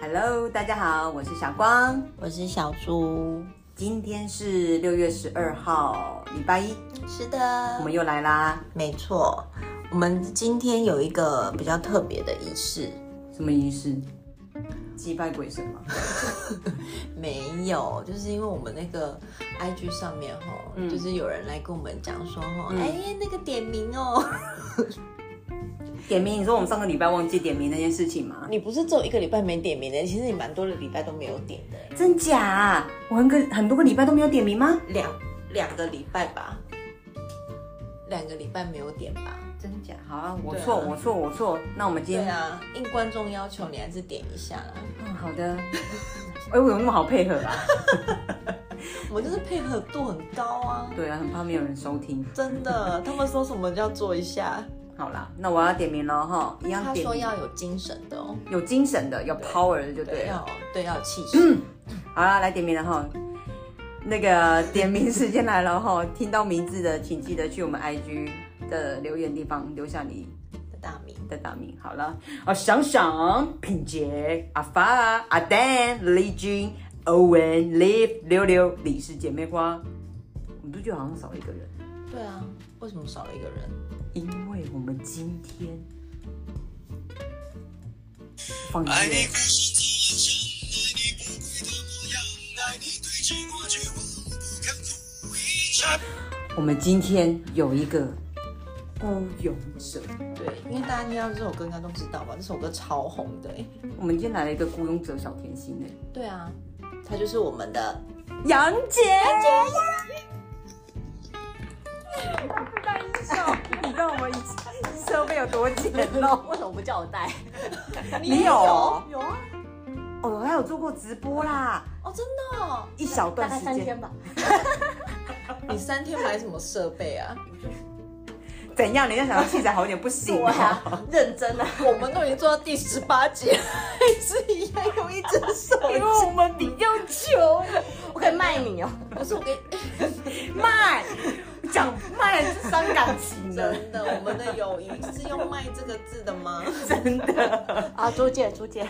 Hello，大家好，我是小光，我是小猪。今天是六月十二号，礼拜一，是的我们又来啦。没错，我们今天有一个比较特别的仪式，什么仪式？祭拜鬼神吗？没有，就是因为我们那个 IG 上面吼，就是有人来跟我们讲说吼，哎、那个点名哦，点名？你说我们上个礼拜忘记点名那件事情吗？ 你不是只有一个礼拜没点名的，其实你蛮多的礼拜都没有点的，真假、啊我很个很多个礼拜都没有点名吗？两两个礼拜吧，两个礼拜没有点吧。真假？好啊，我对啊错，我错，我错。那我们今对天、啊，应观众要求，你还是点一下啦。嗯、好的。哎、我有那么好配合啊？我就是配合度很高啊，对啊，很怕没有人收听。真的。他们说什么就要做一下，好啦，那我要点名了哈，一样他点说名要有精神的哦，有精神的，有 power 的就对了。要对嗯要有气势。好啦，来点名了哈。那个点名时间来了哈，听到名字的请记得去我们 IG 的留言地方留下你的大名，的大名。好了，啊，想想、品杰、阿发、阿丹、李军、欧文、Live、溜溜、李氏姐妹花，我们不觉得好像少了一个人？对啊，为什么少了一个人？因为我们今天放音爱你乐不是做幻想，爱你不跪的模样，爱你对寂寞绝望，不肯负一场。我们今天有一个孤勇者。对，因为大家听到这首歌应该都知道吧，这首歌超红的、欸。我们今天来了一个雇佣者小甜心诶、对啊，它就是我们的杨姐， 你知道我们设备有多哦简陋？ 为什么不叫我 带？你有有啊？ 哦，我还有做过直播啦，哦，真的哦、一小段时间。吧。 你三天买什么设备啊？怎样？人家想要器材好一点，不行、对啊，认真啊，我们都已经做到第十八集了，还是一样用一只 手因为我们比较求我可以卖你哦。不是我跟卖，讲卖是伤感情的，真的，我们的友谊是用“卖”这个字的吗？真的。啊，朱姐，朱 姐，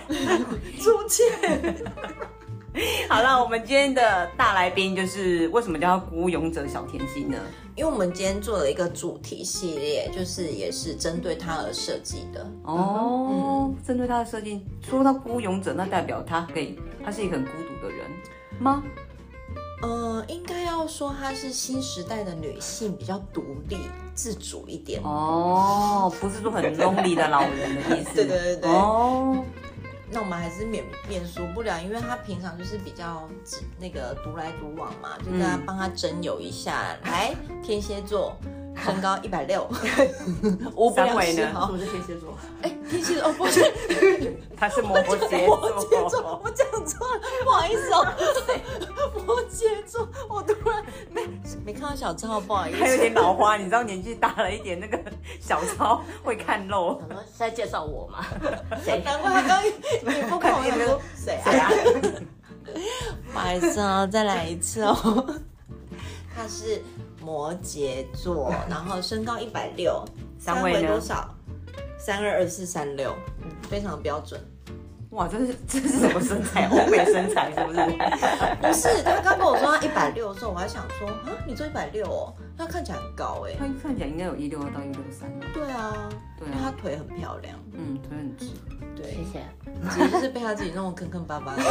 出界。 好了，我们今天的大来宾就是为什么叫他孤勇者小甜心呢？ 因为我们今天做了一个主题系列，就是也是针对他而设计的。哦，针对他的设计，说到孤勇者，那代表他可以，他是一个很孤独的人吗？呃，应该要说她是新时代的女性，比较独立自主一点。哦，不是说 很 lonely 的老人的意思。对对对对哦，那我们还是免免说不了，因为她平常就是比较只那个独来独往嘛，就跟她帮她征友一下。来，天蝎座，身高一百 六，无不三了围呢事哈。我是天蝎座，哎，天蝎座哦，不是。他是摩羯摩羯座，座。我讲错了，不好意思哦。摩羯座，我突然没没看到小赵，不好意他有思。点老花，你知道年纪大了一点，那个小超会看肉。我说是在介绍我吗？谁？难怪他刚刚你不看我，想说谁啊？不好意思哦，再来一次哦。 他是摩羯座，然后身高一百六，三三围呢围多少？三二二四三六，嗯非常标准。 哇，这是这是什么身材？欧美身材是不是？不是，他刚跟我说他一百六的时候，我还想说啊，你做一百六哦，那看起来很高哎。他看起来应该有一六二到一六三。对啊，对因为她啊，腿很漂亮，嗯，腿很直。对 谢，谢。 其实就是被她自己弄得坑坑巴巴的。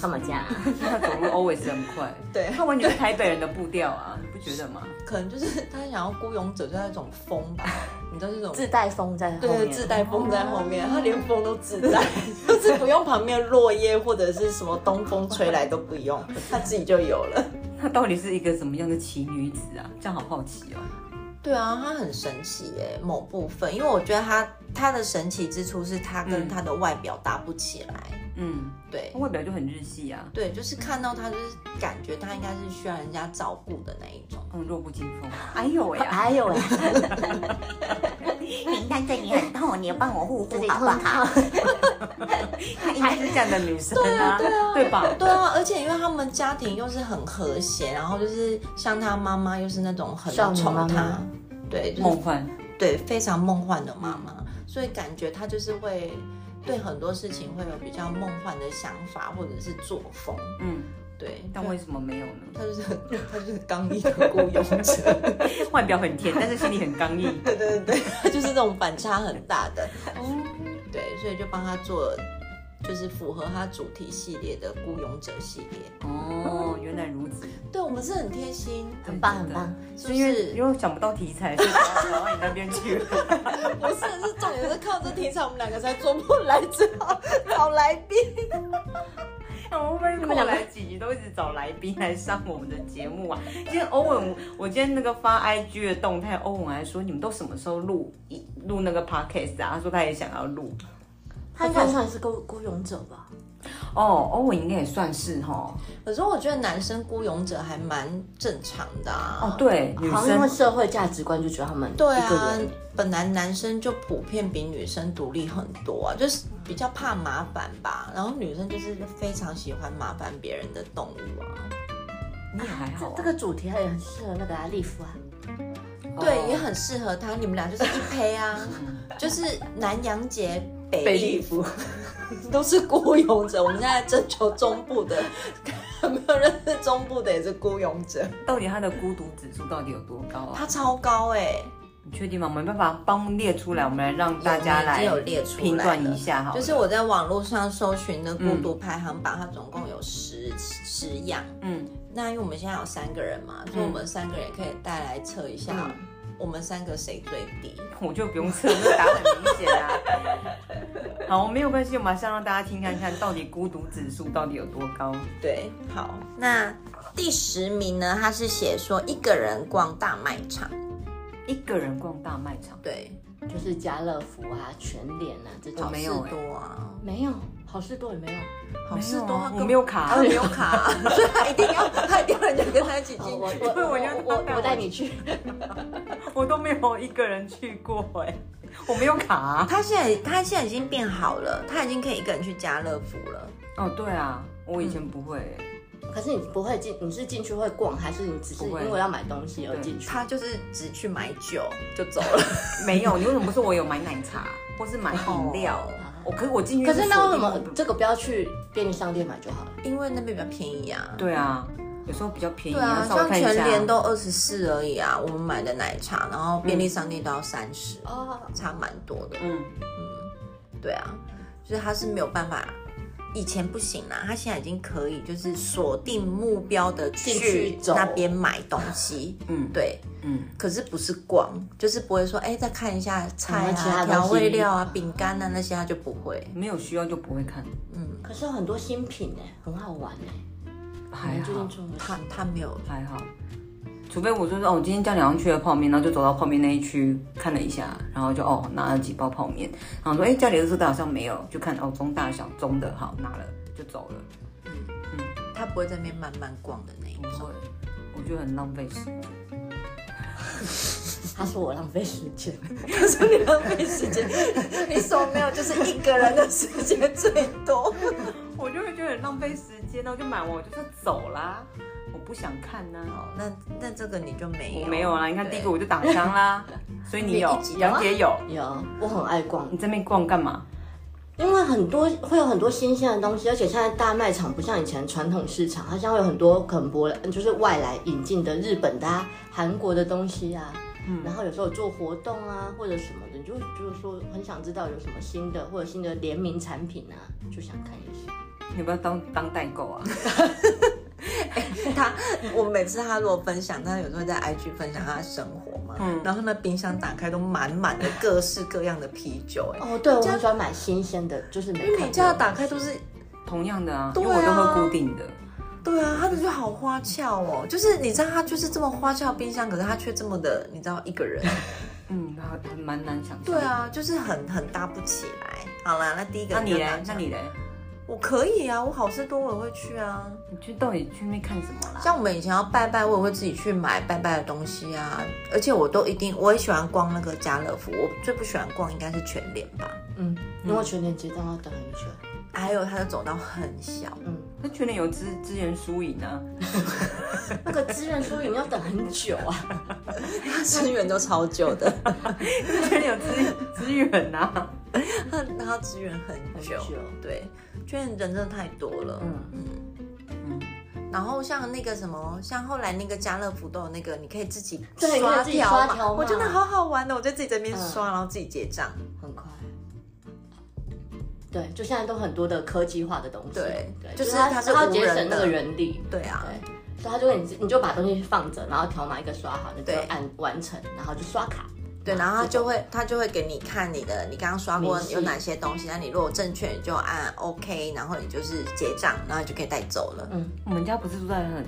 干嘛这样啊？他走路 always 很快。 对他完全是台北人的步调 啊，你不觉得吗？ 可能就是她想要孤勇者，就是那种风吧，你知道这种。 自带风在后对，面。自带风在后面，她连风都自带， 就是不用旁边落叶或者是什么东风吹来都不用，她自己就有了。他到底是一个什么样的奇女子啊？这样好好奇哦。对啊，她很神奇耶，某部分，因为我觉得她她的神奇之处是她嗯跟她的外表搭不起来。嗯，对他外表就很日系啊，对，就是看到她就是感觉她应该是需要人家照顾的那一种。嗯，弱不禁风。哎呦喂、啊！ 哎呦喂，应该对你很痛，你帮我护自肤己好不痛好？好。 她应该是这样的女生啊，对吧？对啊，而且因为他们家庭又是很和谐，然后就是像他妈妈又是那种很少女宠妈妈他，对，就是梦幻，对非常梦幻的妈妈，所以感觉他就是会对很多事情会有比较梦幻的想法或者是作风，嗯，对，但为什么没有呢？他就是很他就是刚毅的孤勇者，外表很 甜，但是心里很刚毅。对对对，他就是那种反差很大的，对，所以就帮他做，就是符合他主题系列的孤勇者系列。哦，原来如此，对，我们是很贴心，很棒很棒，是是不因为是？因为想不到题材，所以 跑到跑到你那边去 了。不是，是重点是靠这题材，我们两个才做不来，只好找来宾。我们们后两个来几集都一直找来宾来上我们的节目啊。今天欧文，我今天那个发 IG 的动态，欧文还说你们都什么时候录一录那个 podcast 啊？他说他也想要录。他应该算是孤孤勇者吧？哦，欧文应该也算是哈。可是我觉得男生孤勇者还蛮正常的啊。哦，对，女好像因为生社会价值观就觉得他们对一个啊人，本来男生就普遍比女生独立很多啊，就是比较怕麻烦吧。然后女生就是非常喜欢麻烦别人的动物啊。你也还好这啊，这个主题还很适合那个啊，利夫啊，对，也很适合他，你们俩就是一配 啊，就是南洋节北利夫， 都是孤勇者。我们现在征求中部的， 有没有认识中部的也是孤勇者？到底他的孤独指数到底有多高啊？他超高哎、你确定吗？我没办法帮列出来，我们来让大家来已经有列出来了评断一下好了，就是我在网络上搜寻的孤独排行榜，它总共有十十样。嗯，那因为我们现在有三个人嘛，所以我们三个人也可以带来测一下，我们三个谁最低。我就不用测，这答案很明显啊。 好，没有关系，我马上让大家听看看，到底孤独指数到底有多高？对，好，那第十名呢？他是写说一个人逛大卖场。一个人逛大卖场，对，就是家乐福啊、全联啊这我种。没有好事多啊，没有，好事多也没有。好事没有多啊他我根没有卡他没有 卡，所以他一定要，他一定要人家跟他一起进哦去。我对 我就我我我带你去，我都没有一个人去过哎、我没有卡、啊。他现在他现在已经变好了，他已经可以一个人去家乐福了。哦，对啊，我以前不会、欸。可是你不会进，你是进去会逛，还是你只是不因会为要买东西而进去？他就是只去买酒就走 了。没有，你为什么不说我有买奶茶或是买饮料？哦我可我进去可是那为什锁么定我这个不要去便利商店买就好了？因为那边比较便宜啊。对啊，有时候比较便宜对啊，稍微像看一下全联都二十四而已啊，我们买的奶茶，然后便利商店都要三十、哦，差蛮多的。嗯，对啊，就是他是没有办法，以前不行啊啦，他现在已经可以，就是锁定目标的进去去走那边买东西。 嗯对，嗯，可是不是逛，就是不会说，哎，再看一下菜嗯其他啊、东西调味料啊、饼干啊那些，他就不会。没有需要就不会看，可是有很多新品哎、很好玩哎、还你最好近做了他他没有还好。除非我说是哦，我今天叫你好像去了泡面，然后就走到泡面那一区看了一下，然后就哦拿了几包泡面，然后说哎家里的热的好像没有，就看哦中大小中的好拿了就走了，他不会在那边慢慢逛的那一不种会。，我觉得很浪费时间。他说我浪费时 间，可是你浪费时间，你手没有，就是一个人的 时间最多。我就会觉得很浪费时间，然后就买完我就是走啦，我不想看呐、哦，那那这个你就没我有，没有啦，啊你看对第一个我就打枪 啦，所以你有你一直，有啊杨姐有，有我很爱逛你，这边逛干嘛？因为很多会有很多新鲜的东西，而且现在大卖场不像以前传统市场，它现在会有很多可能舶来就是外来引进的日本的、啊、韩国的东西啊。然后有时候有做活动啊，或者什么的，你就会觉得说很想知道有什么新的或者新的联名产品啊，就想看一下。你不要当当代购啊？他，我每次他如果分享，他有时候在 IG 分享他的生活嘛，嗯然后那冰箱打开都满满的各式各样的啤酒、哎、哦，对，我很喜欢买新鲜的，就是没因为看你过家的打开都是，同样的啊，因对啊为我都喝固定的，对啊，他的就好花俏哦，就是你知道他就是这么花俏的冰箱，可是他却这么的，你知道一个人， 嗯，还还蛮难想象。对，啊，就是很很搭不起来。好啦，那第一个那你就嘞拿？那下你嘞？我可以啊，我好事多我也会去啊。你去到底去那边看什么啦？像我们以前要拜拜，我也会自己去买拜拜的东西啊，而且我都一定，我也喜欢逛那个家乐福，我最不喜欢逛应该是全联吧，嗯，因为全年结账要等很久。还有它的走道很小，嗯，那去年有资资源输赢啊， 那个志愿输赢要等很久啊。 它资源都超久的，去年有资资源啊，它真的要支援很久，很久对，圈人真的太多了，嗯嗯嗯。然后像那个什么，像后来那个家乐福都有那个，你可以自己对可以自己条刷条码我真的好好玩的，我就自己在那边嗯刷，然后自己结账。很快。对，就现在都很多的科技化的东西，对对，就是它它是它无节人省那的个人力，对啊，对，所以它就会你你就把东西放着，然后条码一个刷好，你就对按完成，然后就刷卡，对，然后后他就会他就会给你看你的，你刚刚刷过明细有哪些东西，那你如果正确，你就按 OK，然后你就是结账，然后你就可以带走了。我们家不是住在很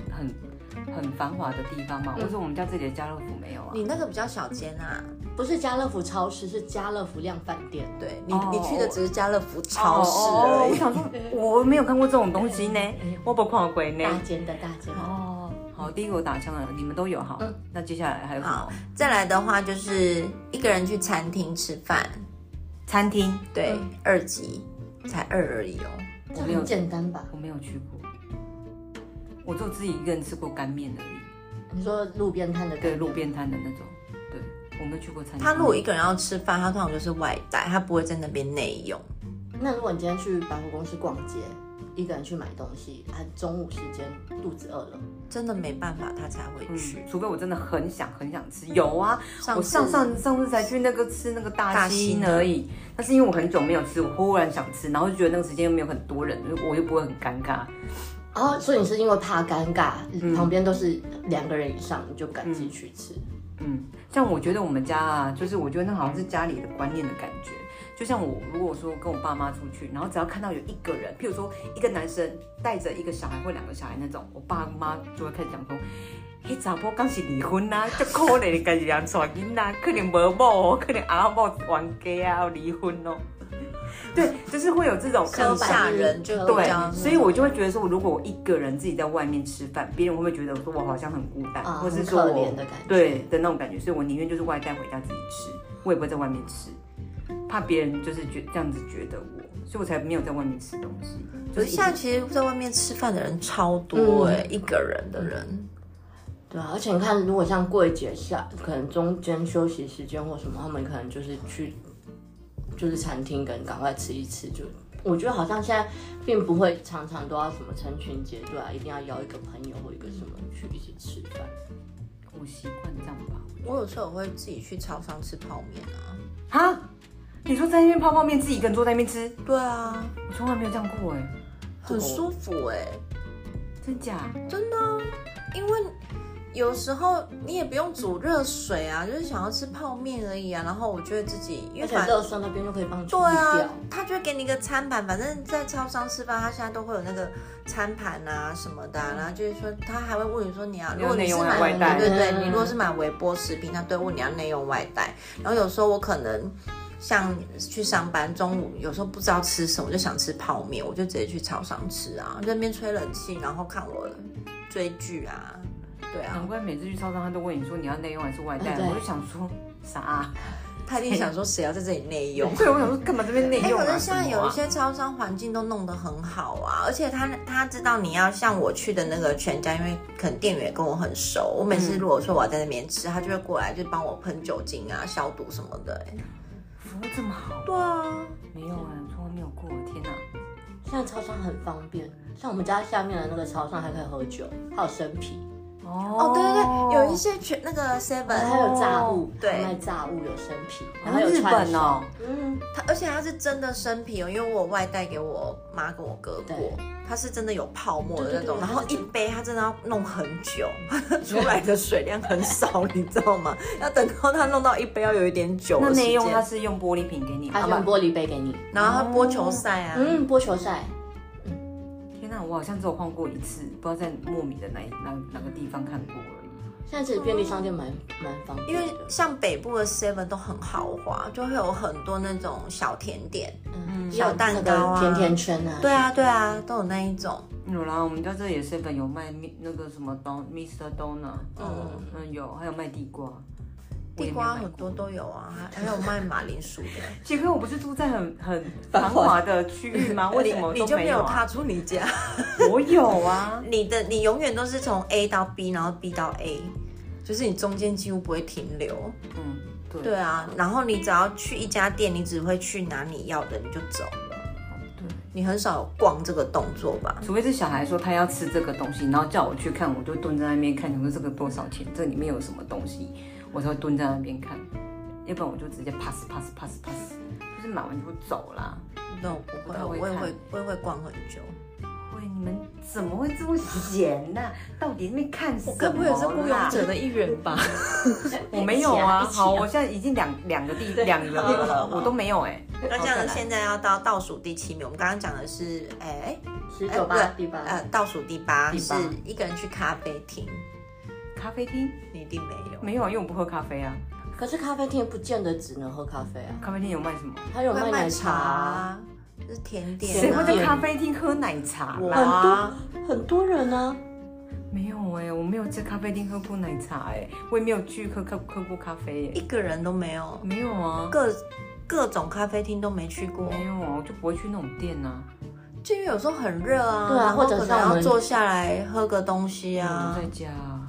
很很繁华的地方嘛，为什么我们家自己的家乐福没有啊？嗯你那个比较小间啊，不是家乐福超市，是家乐福量饭店，对你、哦你去的只是家乐福超市欸嗯哦而我已。想说，我没有看过这种东西呢，我不看过大呢。间的大间啊的，哦，好，第一个我打枪了，你们都有哈。那接下来还有什么嗯好？再来的话就是一个人去餐厅吃饭，餐厅对，二级才二而已哦。这我没有很简单吧？我没有去过，我就自己一个人吃过干面而已，你说路边摊的对，跟路边摊的那种。对，我没有去过餐厅。他如果一个人要吃饭，他通常就是外带，他不会在那边内用。那如果你今天去百货公司逛街，一个人去买东西，啊，中午时间肚子饿了，真的没办法，他才会去。嗯，除非我真的很想很想吃。有啊，上我次上上上次才去那个吃那个大大溪溪呢而已，但是因为我很久没有吃，我忽然想吃，然后就觉得那个时间又没有很多人，我又不会很尴尬。然后哦所以你是因为怕尴尬，嗯旁边都是两个人以上，你就不敢进去吃。嗯，像我觉得我们家啊，就是我觉得那好像是家里的观念的感觉。就像我如果说跟我爸妈出去，然后只要看到有一个人，譬如说一个男生带着一个小孩或两个小孩那种，我爸妈就会开始讲说。迄查甫刚是离婚啦、啊，足可怜的家己人娶囡仔，可能无某哦，可能阿某冤家啊，离婚哦。对，就是会有这种刻看板法下人就比较对，所以我就会觉得说，如果我一个人自己在外面吃饭，别人会不会觉得说我好像很孤单，啊或是很说我可怜的感觉对的那种感觉？所以我宁愿就是外带回家自己吃，我也不会在外面吃，怕别人就是觉这样子觉得我，所以我才没有在外面吃东西。可就是是一直现在其实在外面吃饭的人超多哎、嗯一个人的人，对啊，而且你看，如果像柜姐下，可能中间休息时间或什么，他们可能就是去，就是餐厅跟赶快吃一吃。就我觉得好像现在并不会常常都要什么成群结队啊，一定要邀一个朋友或一个什么去一起吃饭。我习惯这样吧。我有时候我会自己去超商吃泡面啊。哈，你说在那边泡泡面，自己一个人坐在那边吃，对啊，我从来没有这样过哎、很舒服哎、真假？真的啊、因为有时候你也不用煮热水啊，就是想要吃泡面而已啊。然后我觉得自己因为而且反乐色那边就可以帮你处对理掉啊。，他就会给你一个餐盘，反正在超商吃饭，他现在都会有那个餐盘啊什么的啊、然后就是说他还会问你说你要，如果你嗯内是用还买外带对对，嗯你如果是买微波食品，他都会问你要内用外带。然后有时候我可能像去上班，中午有时候不知道吃什么，就想吃泡面，我就直接去超商吃啊，在那边吹冷气，然后看我追剧啊，对啊难，怪每次去超商，他都问你说你要内用还是外带，嗯对我就想说啥、 啊？他一定想说谁要在这里内 用。对，我想说干嘛这边内哎、用啊？可是现在什么啊有一些超商环境都弄得很好啊，而且他他知道你要像我去的那个全家，因为可能店员也跟我很熟，我每次如果说我要在那边吃，他就会过来就帮我喷酒精啊、消毒什么的、哎服务这么好。对啊，没有啊，从来没有过，天哪！现在超商很方便，像我们家下面的那个超商还可以喝酒，还有生啤，哦哦，对对对，有一些全那个还 Seven，有炸物，哦对还卖炸物有生啤，然然后后有日串本烧哦，，嗯，它而且它是真的生啤哦，因为我有外带给我妈跟我哥过对。它是真的有泡沫的那种，对对对然后一杯它真的要弄很久，出来的水量很少，你知道吗？要等到它弄到一杯要有一点久那的时间。内用它是用玻璃瓶给你还吗？用玻璃杯给你，然后他播球赛啊，啊哦嗯，波球赛，天哪，我好像只有晃过一次，不知道在莫名的哪一哪哪个地方看过而已。现在其实便利商店蛮蛮方因便的，为像北部的 Seven 都很豪华，就会有很多那种小甜点。嗯小蛋糕啊那个甜甜圈啊，对，啊，对啊，都有那一种。有啦，我们家这也是粉有卖咪那个什么东 Mr. Donut，嗯嗯嗯有，还有卖地瓜，我地也没有瓜买很过。多都有啊，还有卖马铃薯的。杰哥，我不是住在很很繁繁华华的区域吗？ 为什么你都就没有有踏啊？出你家？我有 啊，你的你永远都是从 A 到 B，然后 B 到 A，就是你中间几乎不会停留。嗯，对对啊，然后你只要去一家店，你只会去拿你要的，你就走了。哦对，你很少有逛这个动作吧？除非是小孩说他要吃这个东西，然后叫我去看，我就蹲在那边看，你说这个多少钱，这里面有什么东西，我才会蹲在那边看，要不然我就直接 pass pass pass pass，就是买完就走啦。那我不嗯不太会会，我也看会，我也会逛很久。喂，你们怎么会这么闲呢、到底在那边看什么？该不会也是雇佣者？的一员吧？我没有啊，一起啊好，我现在已经两两个地两人了，我都没有哎、 那这好再样来现在要到倒数第七名，我们刚刚讲的是，哎、十哎九不八是第八，呃，倒数第八第是八一个人去咖啡厅，咖啡厅你一定没有，没有啊，因为我不喝咖啡啊。可是咖啡厅不见得只能喝咖啡啊，咖啡厅有卖什么？它有卖会卖奶茶茶啊，啊，就是甜点、啊，谁会在咖啡厅喝奶茶我啦？啊？很多人啊。没有哎、我没有在咖啡厅喝过奶茶哎、我也没有去喝喝喝过咖啡哎、一个人都没有，没有啊，各各种咖啡厅都没去过，没有啊，我就不会去那种店啊，就因为有时候很热啊，对啊然后或者可像能我们嗯要坐下来喝个东西我啊就，在家、啊。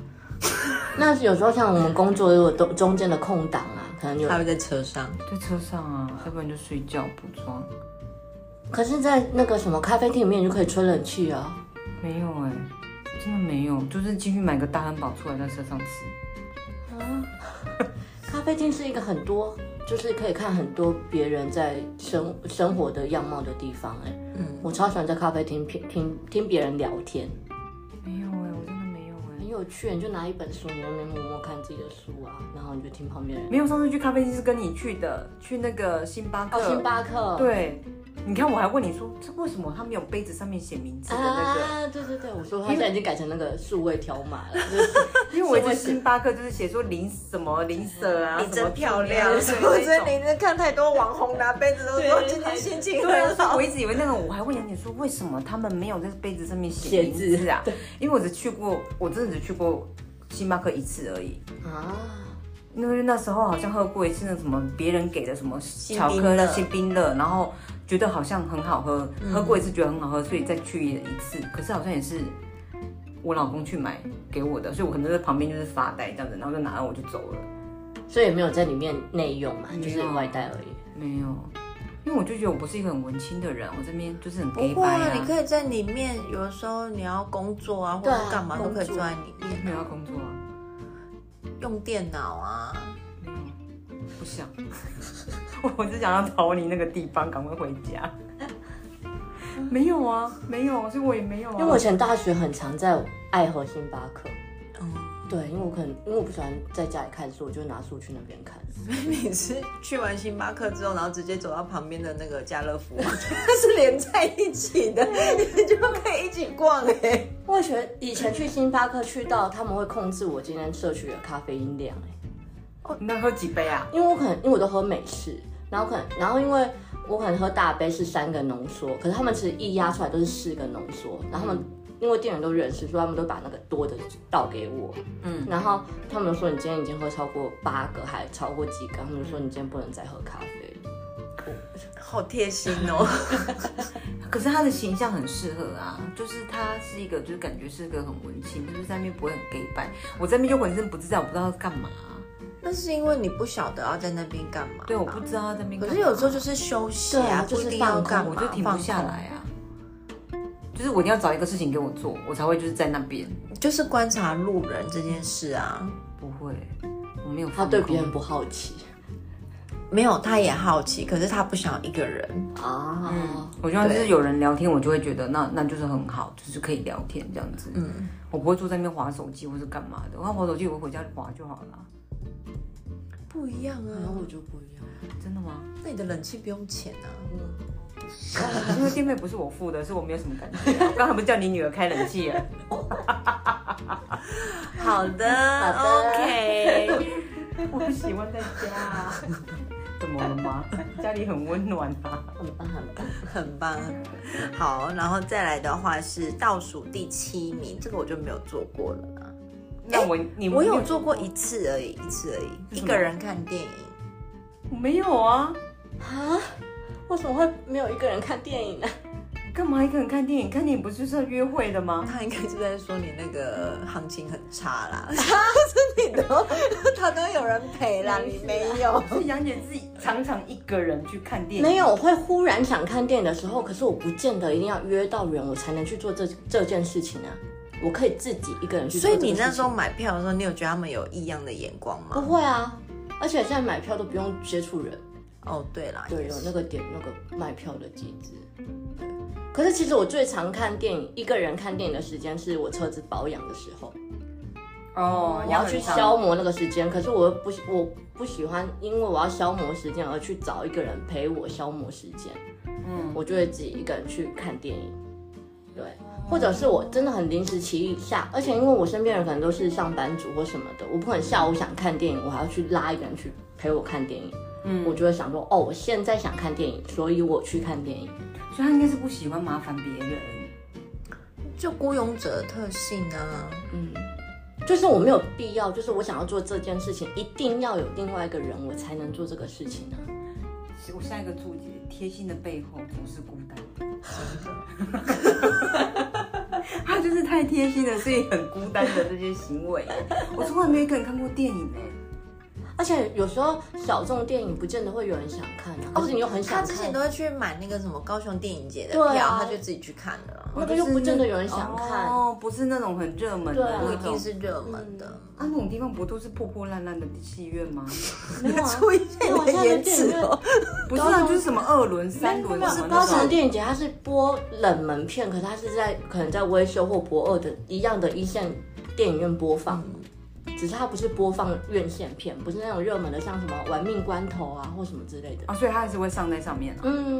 那有时候像我们工作，如果中中间的空档啊，可能有还会在车上，在车上啊，要不然就睡觉补妆。可是，在那个什么咖啡厅里面，你就可以吹冷气啊。没有哎、真的没有，就是进去买个大汉堡出来在车上吃。咖啡厅是一个很多，就是可以看很多别人在生生活的样貌的地方、欸。哎，嗯，我超喜欢在咖啡厅听听听别人聊天，没有哎、我真的没有哎、很有趣。你就拿一本书，你在那边默默看自己的书啊，然后你就听旁边人。没有，上次去咖啡厅是跟你去的，去那个星巴克。哦，星巴克。。对，你看我还问你说，这为什么他没有杯子上面写名字的那个？啊，对对对，我说他现在已经改成那个数位条码了，就是因为我一直星巴克就是写说林什么林舍啊，你什么真漂亮，对我对觉对得你真的看太多网红拿杯子都说今天心情对，我很说好我。一直以为那个，我还问杨姐说为什么他们没有在杯子上面写名字 啊？因为我只去过，我真的只去过星巴克一次而已。 啊。因为那时候好像喝过一次那什么别人给的什么巧冰克力乐嗯新冰乐，然后觉得好像很好喝，喝过一次觉得很好喝，所以再去一次。可是好像也是我老公去买给我的，所以我可能在旁边就是发呆这样子，然后就拿了我就走了。所以没有在里面内用嘛，就是没有外带而已。没有，因为我就觉得我不是一个很文青的人，我这边就是很 gay 不白会啊啊，，你可以在里面，有的时候你要工作啊，或对啊者干嘛都可以坐在里没面有要啊，工作啊，用电脑啊。没有，不想。 我只想要逃离那个地方，赶快回家。没有啊，没有，所以我也没有啊。因为我以前大学很常在爱河星巴克，嗯，对，因为我可能因为我不喜欢在家里看书，我就拿书去那边看。你是去完星巴克之后，然后直接走到旁边的那个家乐福吗， 它是连在一起的，你就可以一起逛哎、我以前以前去星巴克去到他们会控制我今天摄取的咖啡因量、欸，那喝几杯啊？因为我可能因为我都喝美式，然后可能然后因为我可能喝大杯是三个浓缩，可是他们其实一压出来都是四个浓缩，然后他们。因为店员都认识，所以他们都把那个多的倒给我。嗯，然后他们说你今天已经喝超过八个，还超过几个，他们就说你今天不能再喝咖啡。好贴心哦。可是他的形象很适合啊，就是他是一个，就是感觉是个很文青，就是在那边不会很 gay 白。我在那边就浑身不自在，我不知道要干嘛、啊那是因为你不晓得要在那边干嘛。对，我不。知道他在那边干嘛。啊可是有时候就是休息对啊啊，不就是一定要放空干嘛，我就停不放下空来啊，就是我一定要找一个事情给我做，我才会就是在那边。就是观察路人这件事啊。不会，我没有放他空。对别人不好奇没有，他也好奇，可是他不想一个人。啊。我希望就是有人聊天，我就会觉得那那就是很好，就是可以聊天这样子。嗯，我不会坐在那边划手机或是干嘛的。我要划手机，我回家划就好了。不一样然后啊我，就不一样，真的吗？那你的冷气不用钱啊。因为电费不是我付的，是我没有什么感觉、我刚才不是叫你女儿开冷气啊了？好的好 o 的 k 我不喜欢在家、 怎么了吗？家里很温暖啊。很棒很棒。 很棒。好，然后再来的话是倒数第七名，这个我就没有做过了啊。那我、你我有做过一次而已，一次而已，是一什么个人看电影。我没有啊？啊？为什么会没有一个人看电影呢、干嘛一个人看电影？看电影不就是要约会的吗？他应该就在说你那个行情很差 啦，是你都他都有人陪啦，你没有。所以杨姐自己常常一个人去看电影，没有，我会忽然想看电影的时候，可是我不见得一定要约到人，我才能去做这这件事情啊。我可以自己一个人去做所以这个事你情。那时候买票的时候，你有觉得他们有异样的眼光不吗？会啊，而且现在买票都不用接触人，哦，对啦，对，也有是那个点那个卖票的机制。对，可是其实我最常看电影，一个人看电影的时间是我车子保养的时候，哦，我杨要去很常消磨那个时间。可是我又不喜我不喜欢，因为我要消磨时间而去找一个人陪我消磨时间。嗯，我就会自己一个人去看电影，对，或者是我真的很临时起意下，而且因为我身边人可能都是上班族或什么的，我不可能下午想看电影，我还要去拉一个人去陪我看电影，嗯，我就会想说，哦，我现在想看电影，所以我去看电影，所以他应该是不喜欢麻烦别人。就孤勇者的特性啊。嗯，就是我没有必要，就是我想要做这件事情，一定要有另外一个人，我才能做这个事情啊。我下一个注解：贴心的背后总是孤单。 他就是太贴心了，所以很孤单的这些行为。我从来没有一个人看过电影哎，而且有时候小众电影不见得会有人想看啊，可是你又很想他哦看，之前都会去买那个什么高雄电影节的对啊票，他就自己去看的啦。那个哦又不见得有人想看。哦，不是那种很热门对的啊那不种，一定是热门的。啊，那种地方不都是破破烂烂的戏院吗？没有啊，注意你的言辞哦。 不是啊，就是什么二轮、三轮不什是么哦高那雄的种。电影节，它是播冷门片，可是它是在可能在微秀或博二的一样的一线电影院播放，嗯只是它不是播放院线片，不是那种热门的，像什么《玩命关头》啊或什么之类的。啊，所以他还是会上在上面啊。嗯，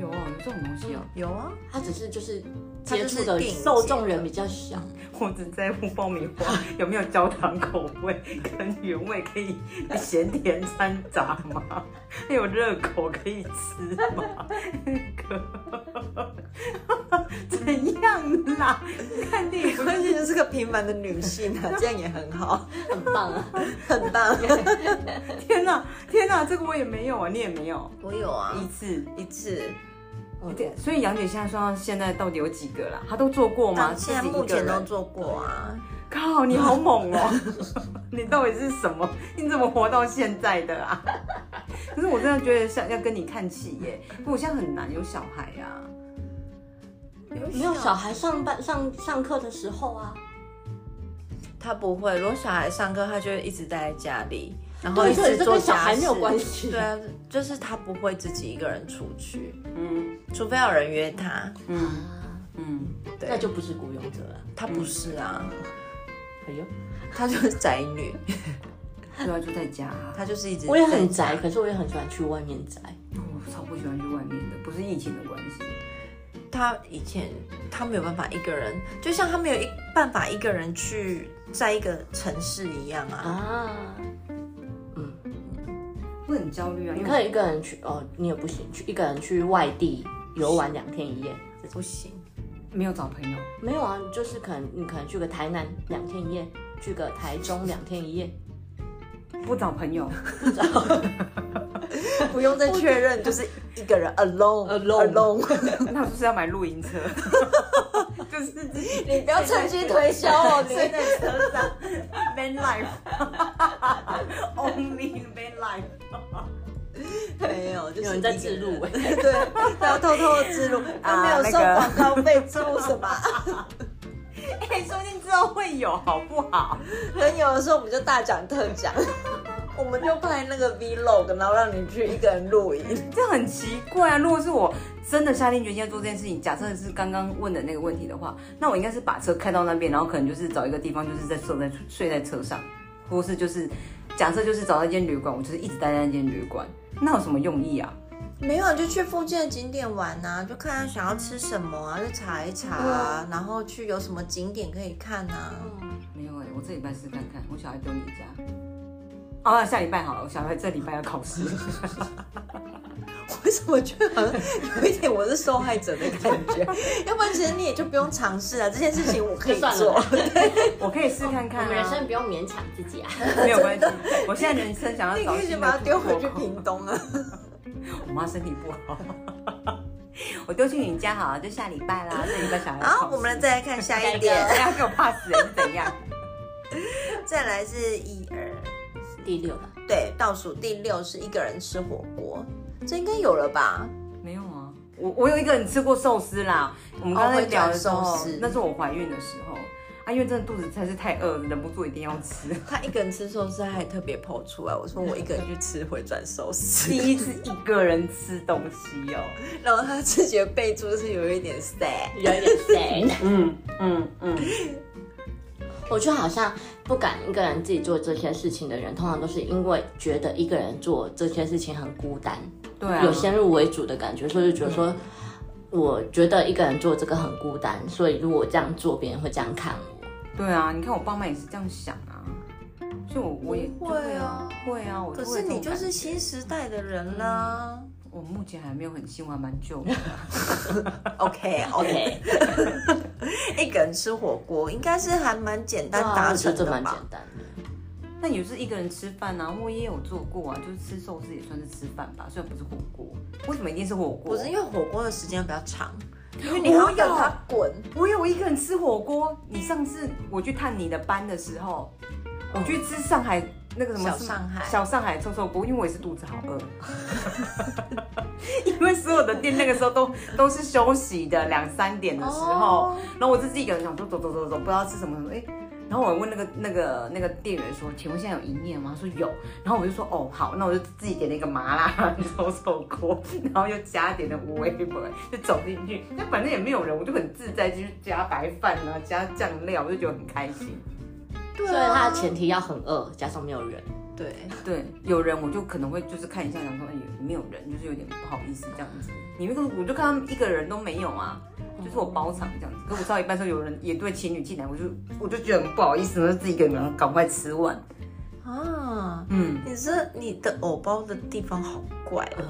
有哦，有这种东西哦。有啊，它只是就是它接就是触的电影受节众人比较小。我只在乎爆米 花有没有焦糖口味跟原味，可以咸甜掺杂 吗？还有热狗可以吃吗？ 怎样啦？看电影不关是键就是个平凡的女性啊，这样也很好，很 棒啊！很 棒。天哪，天哪，这个我也没有啊，你也没有我有啊，一次。一次。对，嗯所以杨姐现在说到现在到底有几个啦？她都做过吗？到现在自己一目个前人都做过啊，靠，你好猛哦！你到底是什么？你怎么活到现在的啊？可是我真的觉得像要跟你看齐耶，不过我现在很难有小孩啊。没啊有小孩上班上上课的时候啊，他不会，如果小孩上课，他就会一直待在家里，然后对一所以直这做跟小家孩没有事关系对啊，就是他不会自己一个人出去，嗯除非有人约他。嗯啊嗯，对，那就不是雇佣者了。他不是啊，哎呦，他就是宅女，对啊，就在家啊、他就是一直我也很在宅，可是我也很喜欢去外面宅。我超不喜欢去外面的，不是疫情的关系。他以前他没有办法一个人，就像他没有一办法一个人去在一个城市一样啊。啊，会很焦虑啊，因你为可以一个人去哦，你也不行，去一个人去外地游玩两天一夜。不 行，没有找朋友。没有啊，就是可能你可能去个台南两天一夜，去个台中两天一夜，不找朋友， 不用再确认，就是一个人 alone Alone alone。那是不是要买露营车？ 就是自己你不要趁机推销哦，你睡在车 上，van life，only van life。没有，就是有人在自录 一个人对，他要偷偷的自录，啊他没有收广告费，自录什 么？哎、说不定之后会有，好不好？等有的时候我们就大讲特讲，我们就拍那个 vlog，然后让你去一个人露营。这很奇怪啊！如果是我真的下定决心要做这件事情，假设是刚刚问的那个问题的话，那我应该是把车开到那边，然后可能就是找一个地方，就是在睡在睡在车上，或是就是假设就是找到一间旅馆，我就是一直待在那间旅馆，那有什么用意啊？没有，就去附近的景点玩呐、就看他想要吃什么啊，就查一查啊，然后去有什么景点可以看啊。嗯没有哎、我这礼拜试看看，我小孩丢你家。哦，下礼拜好了，我小孩这礼拜要考试。 为什么觉得好像有一点我是受害者的感 觉？要不然其实你也就不用尝试啊，这件事情我可以就算做。我可以试看我看、啊，们人生不用勉强自己啊。没有 关系。我现在人生想要你找可以新先的把它丢回去突破口屏东啊。我妈身体不好， 我丢去你家好了，就下礼拜啦，这礼拜小孩要考好，试啊我们再来看下一下点，一个要给我 pass 还是怎样？再来是一二， 第六吧，对，倒数第六是一个人吃火锅，这应该有了吧？ 没有啊，我我有一个你吃过寿司啦，我们刚才哦会聊的转时候，寿司那是我怀孕的时候啊，因为真的肚子实在是太饿，了，忍不住一定要 吃。他一个人吃寿司，他还特别抛出来，我说我一个人去吃回转寿司第一次一个人吃东西哦， 然后他自己的备注是有一点 sad，有点 sad。嗯嗯嗯， 我觉得好像不敢一个人自己做这些事情的人，通常都是因为觉得一个人做这些事情很孤单，对啊，有先入为主的感觉，所以就觉得说，我觉得一个人做这个很孤单，所以如果我这样做，别人会这样看我。对啊，你看我爸妈也是这样想啊，所以我我也不会啊对会啊，我可就会有是这种你就感是觉新时代的人啦。我目前还没有很新，我还蛮旧的。 OK OK，一个人吃火锅应该是还蛮简单啊达我觉成得这的蛮简吧？单的。那也是一个人吃饭啊，我也有做过啊，就是吃寿司也算是吃饭吧，虽然不是火锅。为什么一定是火锅？不是因为火锅的时间比较长，因为你你还还要要让让它它滚。我有一个人吃火锅。你上次我去探你的班的时候，我去吃上海那个什么哦小上海小上海臭臭锅，因为我也是肚子好饿， 因为所有的店那个时候都都是休息的，两三点的时候，哦然后我就自己一个人想说走走走走，不知道吃什么什么，哎、然后我问那个那个那个店员说：“请问现在有营业吗？”他说有，然后我就说：“哦，好，那我就自己点了一个麻辣 臭臭锅，然后又加点了五味粉，就走进去。那反正也没有人，我就很自在，继续加白饭啊，加酱料，我就觉得很开心。对啊所以它的前提要很饿，加上没有人。对，对，有人我就可能会就是看一下，想说哎、有没有人，就是有点不好意思这样子。你那个我就看他们一个人都没有啊，就是我包场这样子。可我知道一半时候有人也对情侣进来，我就我就觉得很不好意哦思，我就自己一个人赶快吃完。啊，嗯，你这你的藕包的地方好怪哦。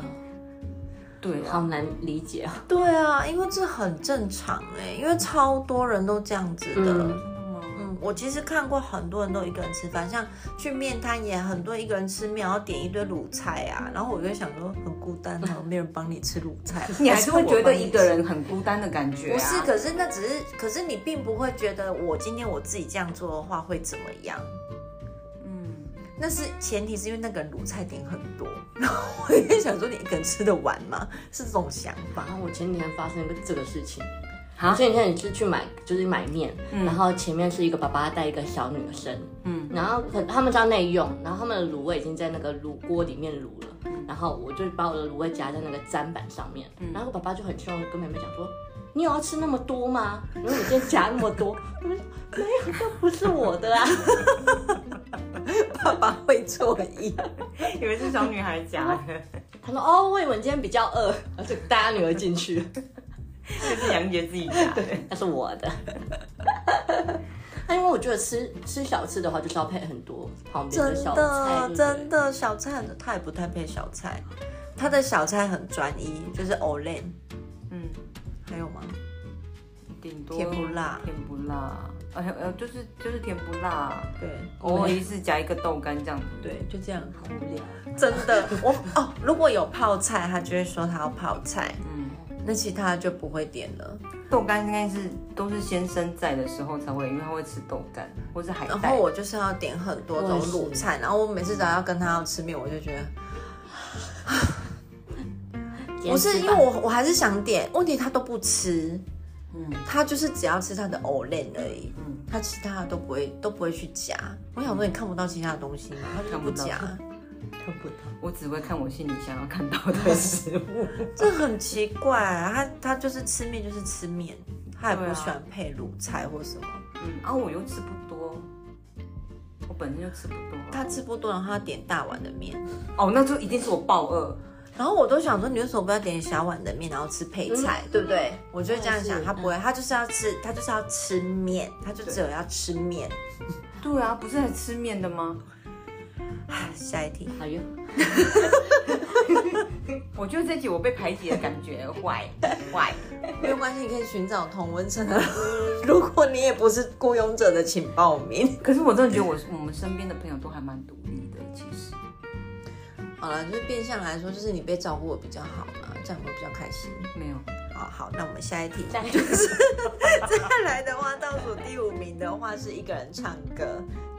对啊，好难理解啊！对啊，因为这很正常哎、因为超多人都这样子的。嗯嗯我其实看过很多人都一个人吃饭，像去面摊也很多一个人吃面，然后点一堆卤菜啊，然后我就想说很孤单哦，没人帮你吃卤菜，啊你 还是会觉我帮得你一个人啊很孤单的感觉、啊。不是，可是那只是，可是你并不会觉得我今天我自己这样做的话会怎么样。嗯，那是前提是因为那个人卤菜点很多，然后我也想说你一个人吃得完吗？是这种想法然。啊后我前几天发生一个这个事情，啊所以你看你是去买，就是买面，然后前面是一个爸爸带一个小女生，嗯，然后可他们叫内用，然后他们的卤味已经在那个卤锅里面卤了，然后我就把我的卤味夹在那个砧板上面，然后我爸爸就很凶，跟妹妹讲说。你有要吃那么多吗？我说你今天夹那么多，我就说没有，这不是我的啊。 爸爸会错 意，以为是小女孩夹的，他说哦，我以为你今天比较饿，然后就带他女儿进去，就是杨杰自己 夹的。那是我 的。那因为我觉得吃吃小吃的话，就是要配很多旁边真的小菜的，真的。的小菜很，他也不太配小菜，他的小菜很专一，就是 o l a n 嗯，还有吗？顶多甜不辣甜不辣，呃呃，就是就是甜不辣，对偶尔一次夹一个豆干这样子。哦对，就这样，好无聊。真的，我哦，如果有泡菜，他就会说他要泡菜，嗯，那其他就不会点了。豆干应该是都是先生在的时候才会，因为他会吃豆干或是海带。然后我就是要点很多种卤菜，然后我每次只要跟他要吃面，我就觉得不是因为我我还是想点，问题他都不吃，嗯他就是只要吃他的藕链而已，嗯他其他的都不会都不会去夹。我想说你看不到其他的东西吗？他就是不夹，看看不到，我只会看我心里想要看到的食 物。嗯这很奇怪、啊。他他就是吃面就是吃面，他也对啊不喜欢配卤菜或什么。嗯，啊，我又吃不多，我本身就吃不多。他吃不多，然后他点大碗的面，哦，那就一定是我暴饿。然后我都想说，你为什么不要点小碗的面，然后吃配菜，对不对？我就这样嗯我也想，哦是他不会，他就是要吃，他就是要吃面，他就只有要吃面。对啊，不是还吃面的吗？唉下一题， 哎呦，我觉得这集我被排挤的感觉， 坏坏。没有关系，你可以寻找同温层啊。 如果你也不是雇佣者的，请报名。可是我真的觉得我我们身边的朋友都还蛮独立的，其实。好了，就是变相来说，就是你被照顾的比较好嘛，这样会比较开心。没有，好好，那我们下一题就是再 来的话，倒数第五名的话是一个人唱歌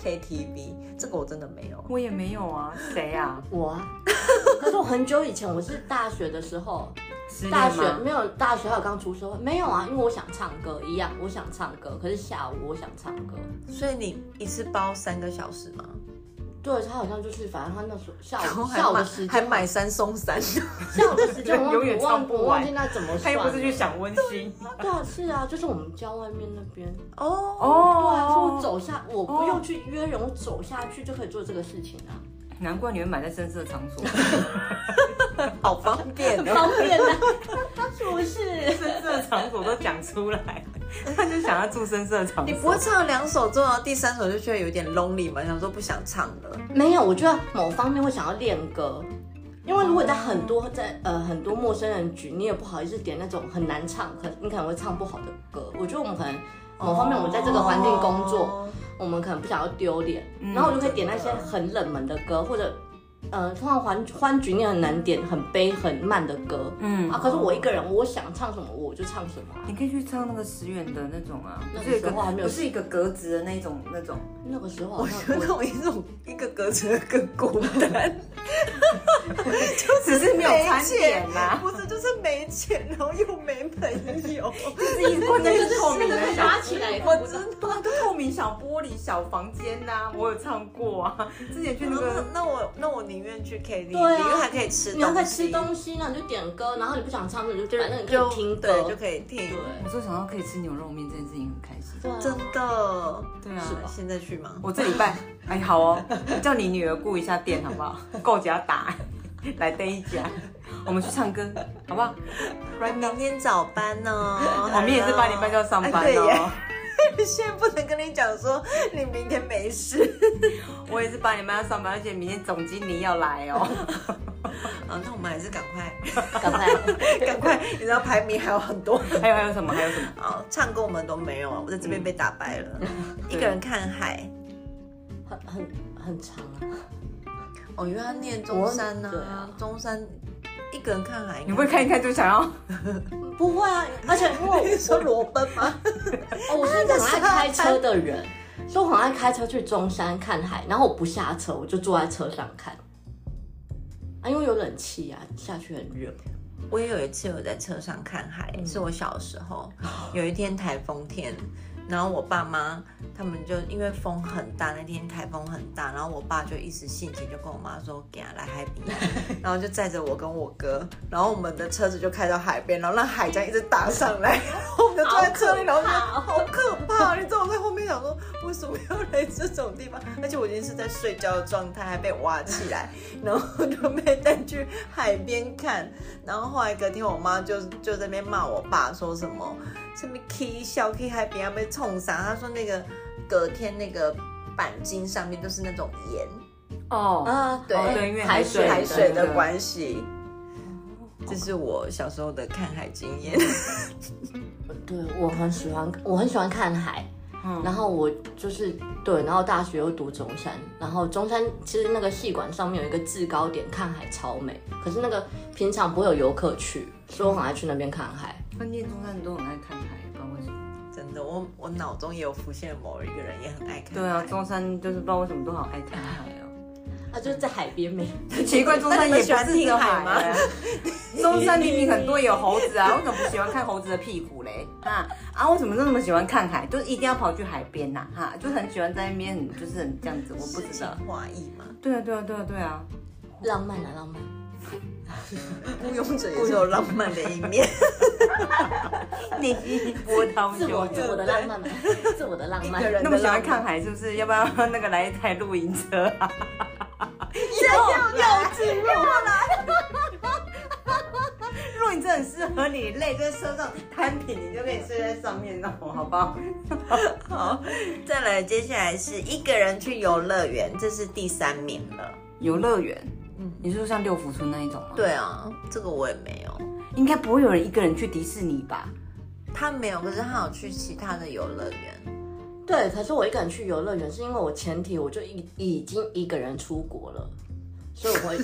KTV，这个我真的没有。我也没有啊，谁啊？我啊， 可是我很久以前，我是大学的时候，失大恋学吗？没有大学还有刚出社会没有啊，因为我想唱歌一样，我想唱歌，可是下午我想唱歌。所以你一次包三个小时吗？对他好像就是，反正他那时候下午还下午买的时还间，买三送 三，下午的时间我永忘远我唱忘不我完忘记那怎么他算又了。不是去想温馨对啊，是啊，就是我们家外面那边。哦对啊，是我哦。走下，我不用去约人，我走下去就可以做这个事情啊，难怪你会买在深色场所，好方便很哦。 方便啊，是不是？ 深色场所都讲出来，他就想要住深色场所。你不会唱两首之后，然后第三首就觉得有点 lonely 吗？想说不想唱了。没有，我觉得某方面会想要练歌，因为如果在很多在呃很多陌生人局，你也不好意思点那种很难唱，可你可能会唱不好的歌。我觉得我们可能某方面我们在这个环境工作，哦我们可能不想要丢脸，然后我就可以点那些很冷门的歌，或者呃，通常欢欢局你很难点很悲很慢的歌，嗯啊，可是我一个人，我想唱什么我就唱什么啊、你可以去唱那个石原的那种啊，那不个是有一个时候还没有不是一个格子的那种那种，那个时候好我像 觉得我我一种一个隔着更孤单， 只是没有没餐钱点啦， 不是就是没钱，然后又没朋 友。就是一关在一个透明那的个小，拿起来也看我不到。知道，就透明小玻璃小房间呐、我有唱过啊，之前去那那个。那我那我宁愿去 KTV，因对啊为还可以吃，你要在吃东西呢，你就点歌，然后你不想唱，你就反正你可就以听歌，对，就可以听。我对就想到可以吃牛肉面这件事情很开心。对啊，真的，对啊，现在去吗？我这礼拜，哎，好哦，叫你女儿顾一下店好不好？够家打，来登一家，我们去唱歌好不好？Right now，明天早班呢？ 我们也是八点半就要上班哎对哦耶。 现在不能跟你讲说你明天没事。我也是八点半要上班，而且明天总经理要来哦。啊，那我们还是赶快 赶快赶快，你知道排名还有很多。还有还有什么？还有什么？好，哦唱歌我们都没有，啊我在这边被打败了。一个人看海，很很很长啊，哦，因为他念中山我对呢啊，中山一个人看海，你会看一看就想 要？不会啊，而且因为我你说裸奔 吗？哦，我是一个很爱开车的人，所以我很爱开车去中山看海，然后我不下车，我就坐在车上看。啊，因为有冷气啊，下去很热。我也有一次有在车上看海，是我小时候有一天台风天，然后我爸妈他们就因为风很大，那天台风很大，然后我爸就一时兴起就跟我妈说给他啊来海 边，然后就载着我跟我哥，然后我们的车子就开到海边，然后让海这样一直打上来，然后我们就坐在车里，然后就哦好哦可怕，你知道我在后面想说为什么要来这种地方， 而且我已经是在睡觉的状态，还被挖起来，然后就被带去海边看，然后后来隔天我妈就就在那边骂我爸说什么什么 K 笑 K 海边要被冲伤，她说那个隔天那个板筋上面都是那种盐，嗯哦，啊，对哦对因为海对水海水对的对关系。这是我小时候的看海经验， 对我很喜欢，我很喜欢看海。然后我就是对，然后大学又读中山，然后中山其实那个戏馆上面有一个制高点，看海超美。可是那个平常不会有游客去，所以我很爱去那边看海。关键中山都很爱看海，不知道为什么。真的，我我脑中也有浮现某一个人也很爱看海。对啊，中山就是不知道为什么都好爱看海哦。啊，就是在海边美。奇怪，中山也不是只有海那你 吗？中山明明很多有猴子 啊，为什么不喜欢看猴子的屁股嘞？啊啊，为什么那么喜欢看海？就是一定要跑去海边呐、哈，就很喜欢在那边，很就是很这样子，我不诗知情 道。画意嘛，对啊，对啊，对啊，对啊。 浪漫啊，浪漫。雇佣者也是有浪漫的一面。内心波涛 自我汹自我涌。的浪漫嘛， 自我的浪漫。一个人那么喜欢看海，是不是？要不要那个来一台露营 车啊？ 露营车很适合你，累在车上摊平，你就可以睡在上面那种，好不好？好， 再来，接下来是一个人去游乐园，这是第三名了。游乐园，嗯，你是说像六福村那一种吗？，对啊，这个我也没有，应该不会有人一个人去迪士尼吧？他没有，可是他有去其他的游乐园。对，可是我一个人去游乐园，是因为我前提我就已已经一个人出国了，所以我会，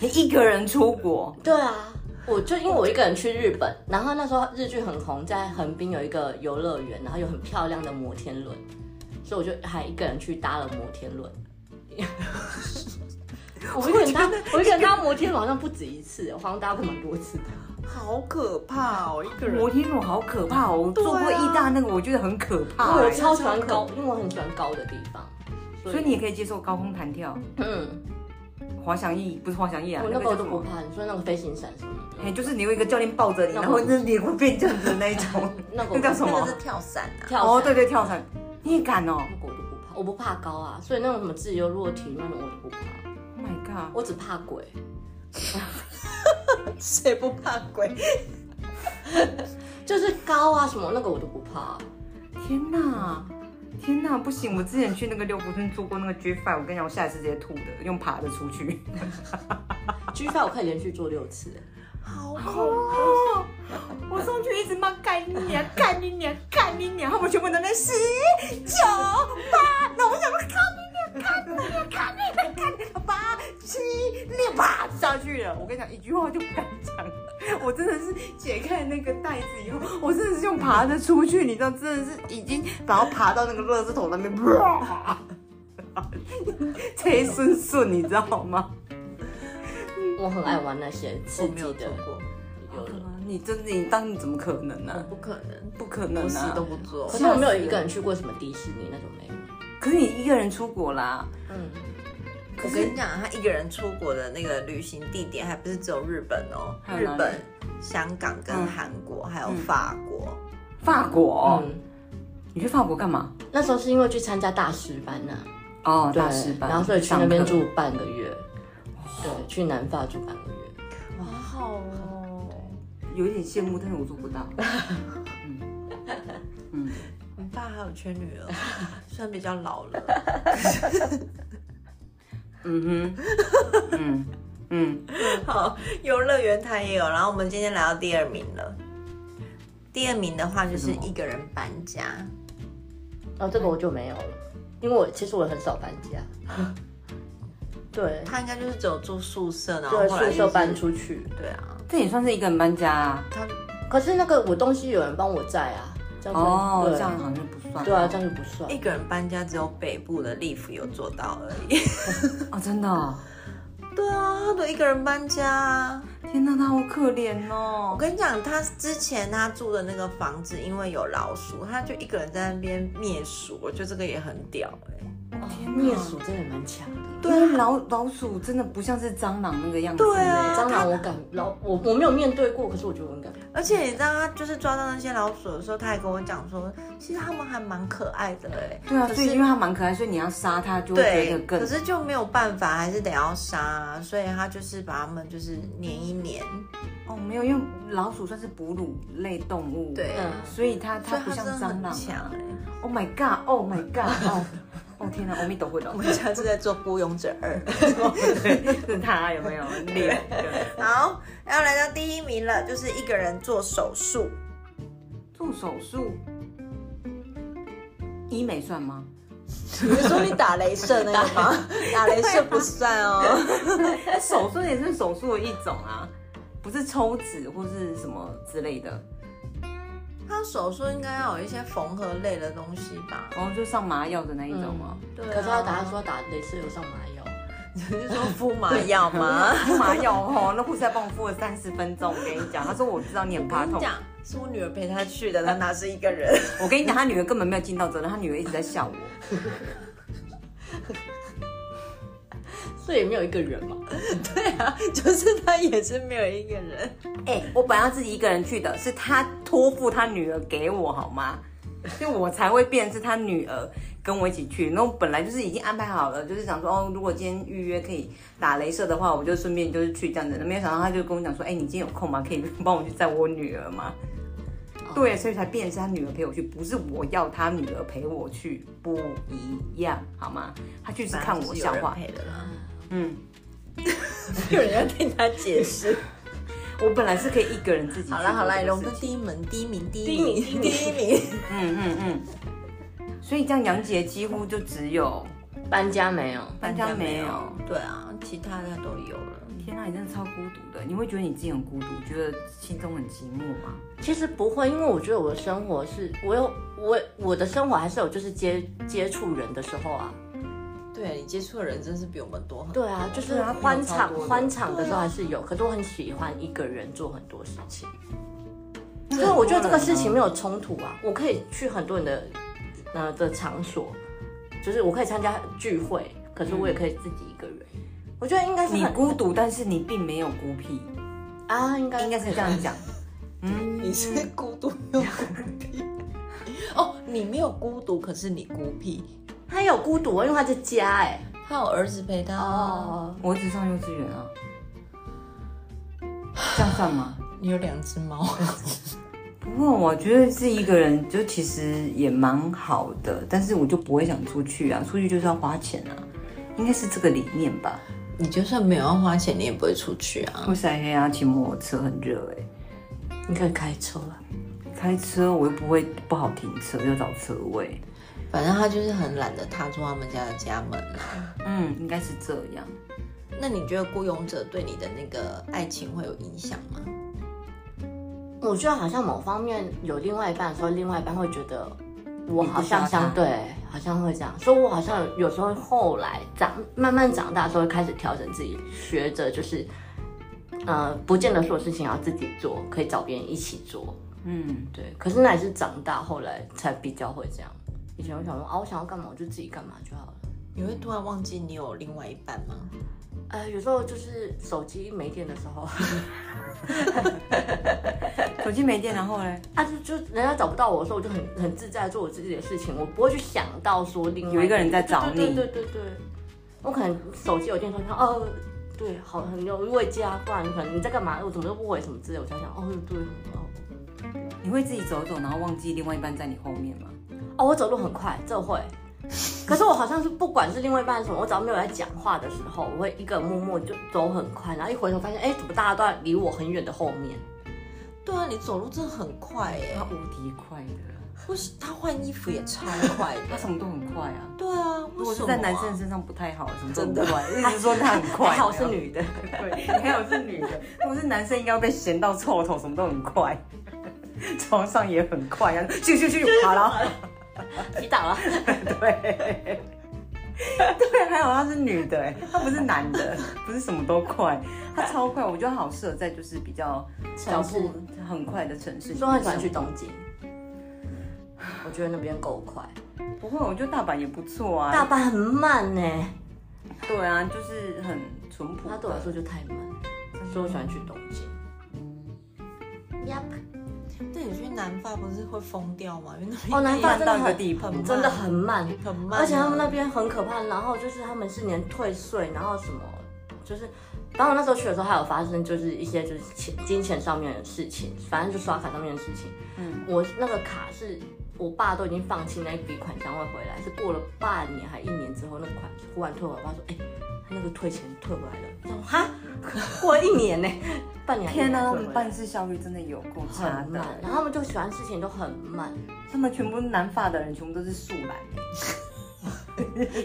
你一个人出国，对啊，我就因为我一个人去日本，然后那时候日剧很红，在横滨有一个游乐园，然后有很漂亮的摩天轮，所以我就还一个人去搭了摩天轮。我一个人搭，我一个人搭摩天轮好像不止一次，我好像搭过蛮多 次的。好可怕哦，一个摩 天轮好可怕哦！我对啊坐过意大那个，我觉得很可怕我欸、超喜欢高，因为我很喜欢高的地方，所以你也可以接受高空弹跳、嗯，滑翔翼，不是滑翔翼啊，我那那个个我叫都什不么？怕。你说那个飞行伞什么的，哎，就是你有一个教练抱着你，那然个后那脸会变这样子的那一种。那个那叫什那么个是跳伞啊， 跳伞哦，对对，跳伞，你也敢哦那个我都不怕，我不怕高啊，所以那种什么自由落体那种我都不怕， ？Oh my god！我只怕鬼。 谁不怕鬼？就是高啊什么那个我都不怕、天哪，天哪，不行！我之前去那个六福村做过那个 G f 我跟你讲，我下一次直接吐的，用爬的出去。 G f 我可以连续做六 次，好恐怖！哦，我上去一直骂干你娘，干你娘，干你娘，他们全部都在十九八，那我想说干你娘，干你娘，干你娘，干你娘，八七六八下去了。我跟你讲，一句话就不敢讲。我真的是解开那个袋子以后，我真的是用爬着出去，你知道，真的是已经把它爬到那个垃圾桶那边，啪，切顺顺，你知道吗？我很爱玩那些 刺我激没有的做，过，有了，你真的，你当你怎么可能呢、我不可能，不可能我啊！死都不做哦可。是我没有一个人去过什么迪士尼那种没有。可是你一个人出国啦，嗯，可我是跟你讲，他一个人出国的那个旅行地点还不是只有日本哦，还日有哪里本、香港跟嗯韩国，还有法国。法国、嗯，你去法国干嘛？那时候是因为去参加大师班呐、哦，对大师班，然后所以去那边上课。住半个月，对，去南法住半个月。好好哦，有一点羡慕，但是我做不到。嗯嗯，你爸还有缺女儿， 虽然比较老了，嗯哼，嗯嗯，好，游乐园他也有。然后我们今天来到第二名了。第二名的话就是是什么一个人搬家，哦，这个我就没有了，因为我其实我很少搬 家。对，他应该就是只有住宿舍，然后对，后来、就宿是、舍搬。出去。对啊，这也算是一个人搬家啊。他可是那个我东西有人帮我在啊，这样子哦，对这样好像不算。对啊，这样就不算一。个人搬家只有北部的利府有做到而已。 哦，真的哦、对啊，他都一个人搬家啊。天哪，他好可怜我哦。跟你讲，他之前他住的那个房子，因为有老鼠，他就一个人在那边灭鼠。我觉得这个也很屌哎、灭鼠真的蛮强的。对啊，老老鼠真的不像是蟑螂那个样子。对啊蟑螂我敢，老我我没有面对过，可是我觉得我很敢。而且你知道，他就是抓到那些老鼠的时候，他还跟我讲说，其实他们还蛮可爱的哎、对啊，可所以是因为它蛮可爱，所以你要杀它就会觉得对，更可。是就没有办法，还是得要杀、啊，所以他就是把它们就是粘一粘。哦，没有，因为老鼠算是哺乳类动物。对，嗯，所以它它所以不他像真的蟑螂、很啊。强哎、 Oh my god! Oh my god! 哦，哦天哪，阿弥陀佛了我，们家是在做《孤勇者二》。是他有没有？脸对好，要来到第一名了，就是一个人做手术。做手术，医美算 吗？你是说你打镭射那个 吗？打镭射不算哦。那手术也是手术的一种啊，不是抽脂或是什么之类的，他手术应该要有一些缝合类的东西吧？然后就上麻药的那一种哦。对、啊可是他打他说打镭射有上麻药，你是说敷麻 药吗？敷麻药哦，那护士还帮我敷了三十分钟。我跟你讲，他说我知道你很怕我跟痛你。讲，是我女儿陪她去的，她哪是一个人？ 我跟你讲，他女儿根本没有尽到责任，他女儿一直在笑我。所以也没有一个人嘛。对啊，就是她也是没有一个人。哎、我本来要自己一个人去的，是他托付他女儿给我好吗？所以我才会变成是他女儿跟我一起去。那我本来就是已经安排好了，就是想说哦，如果今天预约可以打镭射的话，我就顺便就是去这样子。没有想到他就跟我讲说，哎、你今天有空吗？可以帮我去载我女儿吗？哦对，所以才变成是他女儿陪我去，不是我要他女儿陪我去，不一样好吗？他去是看我笑话，陪的啦，嗯， 有人要听她解释。我本来是可以一个人自己去好啦好啦，做这个我事情们第一名，第一名，第一 名第一名。嗯嗯嗯，所以这样杨杰几乎就只有搬家没有？搬家没有。对啊，其他的都有了。天啊，你真的超孤独的，你会觉得你自己很孤独，觉得心中很寂寞 吗？其实不会，因为我觉得我的生活是我有我我的生活还是有就是接接触人的时候啊，对你接触的人真是比我们多很多。对啊，就是对啊欢朋友超场多的啊欢场的时候还是有，可是我很喜欢一个人做很多事情，所以我觉得这个事情没有冲突啊，我可以去很多人的呃的场所，就是我可以参加聚会，可是我也可以自己一个人，我觉得应该是你很孤独，但是你并没有孤僻，啊，应该应该是这样讲。嗯，你是孤独又孤 僻。哦，你没有孤独，可是你孤僻。他有孤独啊，因为他在家哎、他有儿子陪他。哦，哦，我只上幼稚园啊，这样算吗？你有两只猫。 不过我觉得自己一个人就其实也蛮好的，但是我就不会想出去啊，出去就是要花钱啊，应该是这个理念吧。你就算没有要花钱，你也不会出去啊。我晒黑啊，骑摩托车很热哎、你可以开车了。开车我又不会不好停车，又找车位。反正他就是很懒得踏出他们家的家门啊。嗯，应该是这样。那你觉得《孤勇者》对你的那个爱情会有影响吗？我觉得好像某方面有另外一半的时候，另外一半会觉得我好像相对，好像会这样，所以我好像有时候后来长慢慢长大之后，开始调整自己，学着就是，呃，不见得所有事情要自己做，可以找别人一起做，嗯，对。可是那也是长大后来才比较会这样，以前我想说啊，我想要干嘛我就自己干嘛就好了。你会突然忘记你有另外一半吗？呃，有时候就是手机没电的时候，手机没电，然后嘞，啊就就人家找不到我的时候，我就很很自在地做我自己的事情，我不会去想到说另外有一个人在找你。对对对对对，我可能手机有电说看，哦，对，好，很有慰藉啊，不然可能你在干嘛？我怎么都不回什么之类，我想想，哦，对，哦，你会自己走走，然后忘记另外一半在你后面吗？哦，我走路很快，这会。可是我好像是不管是另外一半是什么，我只要没有在讲话的时候，我会一个人默默就走很快，然后一回头发现，哎，怎么大家都在离我很远的后面？对啊，你走路真的很快耶、他无敌快的，为什他换衣服也超快他的？什么都很快啊。对啊，如为果什是么、在男生身上不太好，什么都很快，一直说他很 快。还好是女的， 对， 还好是女的。如果是男生，应该会被嫌到臭头，什么都很快，床上也很快啊，咻咻咻，好了，洗澡了。 对。对，还好他是女的，哎，他不是男的，不是什么都快，他超快，我觉得他好适合在就是比较脚城市步很快的城市。说很喜欢去东京，我觉得那边够快，不会，我觉得大阪也不错啊。大阪很慢呢、对啊，就是很淳朴的。它对我来说就太慢，所以我喜欢去东京。Yep，对你去南法不是会疯掉吗？因为那边哦，南法真慢的到一个很地步很慢真的很慢，很慢，啊而且他们那边很可怕。然后就是他们是连退税，然后什么就是，然后我那时候去的时候还有发生就是一些就是钱金钱上面的事情，反正就刷卡上面的事情。嗯，我那个卡是我爸都已经放弃那一笔款项会回来，是过了半年还一年之后，那个款忽然退回来，我爸说：“哎、他那个退钱退回来了。”我说：“哈，过了一年呢、半年还一天年退回来。”哪，他们办事效率真的有够差很慢，然的。后他们就喜欢事情都很慢。他们全部南法的人，全部都是素来。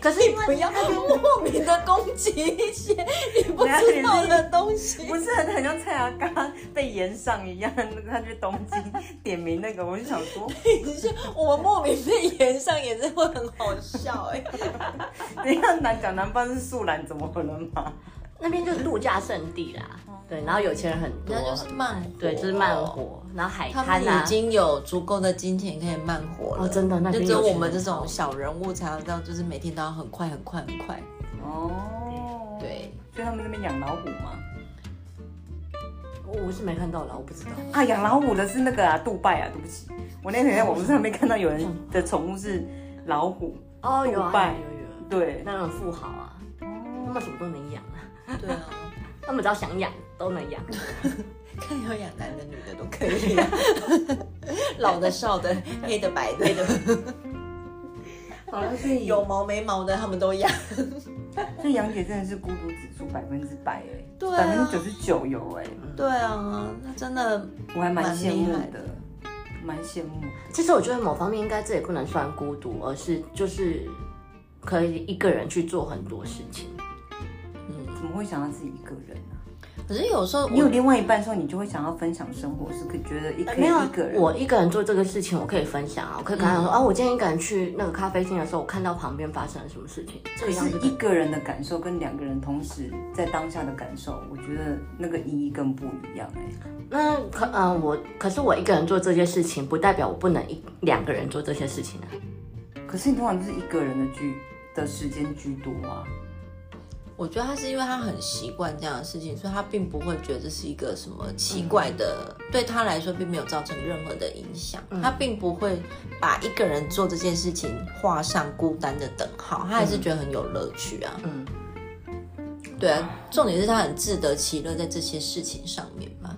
可是因为不要莫名的攻击一些你不知道的东西不。是很很像蔡阿刚被延上一样，他去东京点名那个，我就想说，你是 我们莫名被延上也是会很好笑哎、 等一下南讲南方是素兰，怎么了嘛？那边就是度假胜地啦，对，然后有钱人很多，那啊就是慢活，对，就是慢。活，然后海他滩们啊已，经有足够的金钱可以慢活了，哦真的那就边只有有钱我们这人种小人物才要知道，就是每天都要很快、很快、很快。哦，，嗯对，所以他们那边养老虎嘛。我我是没看到啦，我不知道。啊，养老虎的是那个啊，杜拜啊，对不起，我那天在网络上面看到有人的宠物是老虎，哦，有杜啊有拜啊有啊有啊，对，那种富豪啊，哦他们什么都能养啊，对啊，他们只要想养都能养。看有养男的、女的都可 以，老的、少的、 黑的、白的、好了，哦所以 有毛没毛的他们都养。所以杨姐真的是孤独指数百分之百哎，对啊百分之九十九有哎、对啊，那真的我还蛮羡慕蛮厉害的，蛮羡慕。其实我觉得某方面应该这也不能算孤独，而是就是可以一个人去做很多事情。怎么会想到自己一个人呢、可是有时候你有我呃另外一半的时候，你就会想要分享生活，是可觉得一可以没有一啊个人。我一个人做这个事情，我可以分享啊，我可以跟他讲说，啊，我今天一个人去那个咖啡厅的时候，我看到旁边发生了什么事情，这可个样是子一个人的感受跟两个人同时在当下的感受，我觉得那个意义更不一样哎、那可嗯、我可是我一个人做这些事情，不代表我不能一两个人做这些事情啊。可是你通常就是一个人的居的时间居多啊，我觉得他是因为他很习惯这样的事情，所以他并不会觉得这是一个什么奇怪的，嗯对他来说并没有造成任何的影响。他并不会把一个人做这件事情画上孤单的等号，他还是觉得很有乐趣啊。嗯，对啊，重点是他很自得其乐在这些事情上面吧。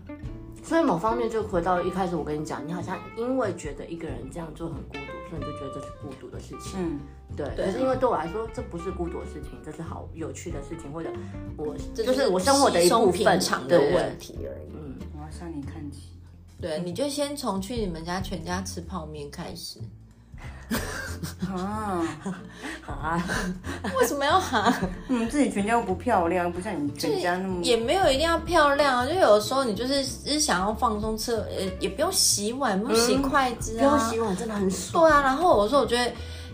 所以某方面就回到一开始我跟你讲，你好像因为觉得一个人这样做很孤独，所以你就觉得这是孤独的事情。嗯，对，对可是因为对我来说，这不是孤独的事情，这是好有趣的事情，或者我这就是我生活的一稀松部平分常的对对问题而已。嗯，我要向你看齐。对，你就先从去你们家全家吃泡面开始。啊，好啊，为什么 要喊？我们自己全家又不漂亮，不像你全家那么也没有一定要漂亮啊，就有时候你就是只是想要放松吃，呃，也不用洗碗，不用洗筷子嗯不啊。用洗碗真的很爽。对啊，然后我说，我觉得，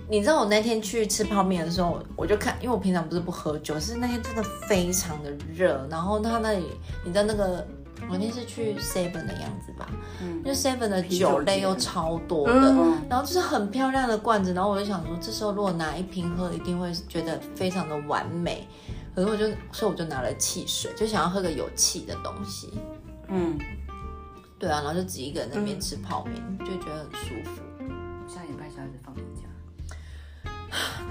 你知道我那天去吃泡面的时候，我就看，因为我平常不是不喝酒，是那天真的非常的热，然后他那里，你知道那个。我那天是去 Seven 的样子吧，嗯就 Seven 的啤酒酒类节又超多的，嗯嗯然后就是很漂亮的罐子，然后我就想说，这时候如果拿一瓶喝，一定会觉得非常的完美。可是我就，所以我就拿了汽水，就想要喝个有气的东西。嗯，对啊，然后就自己一个人在那边吃泡面，就觉得很舒服。下礼拜小孩子放你假，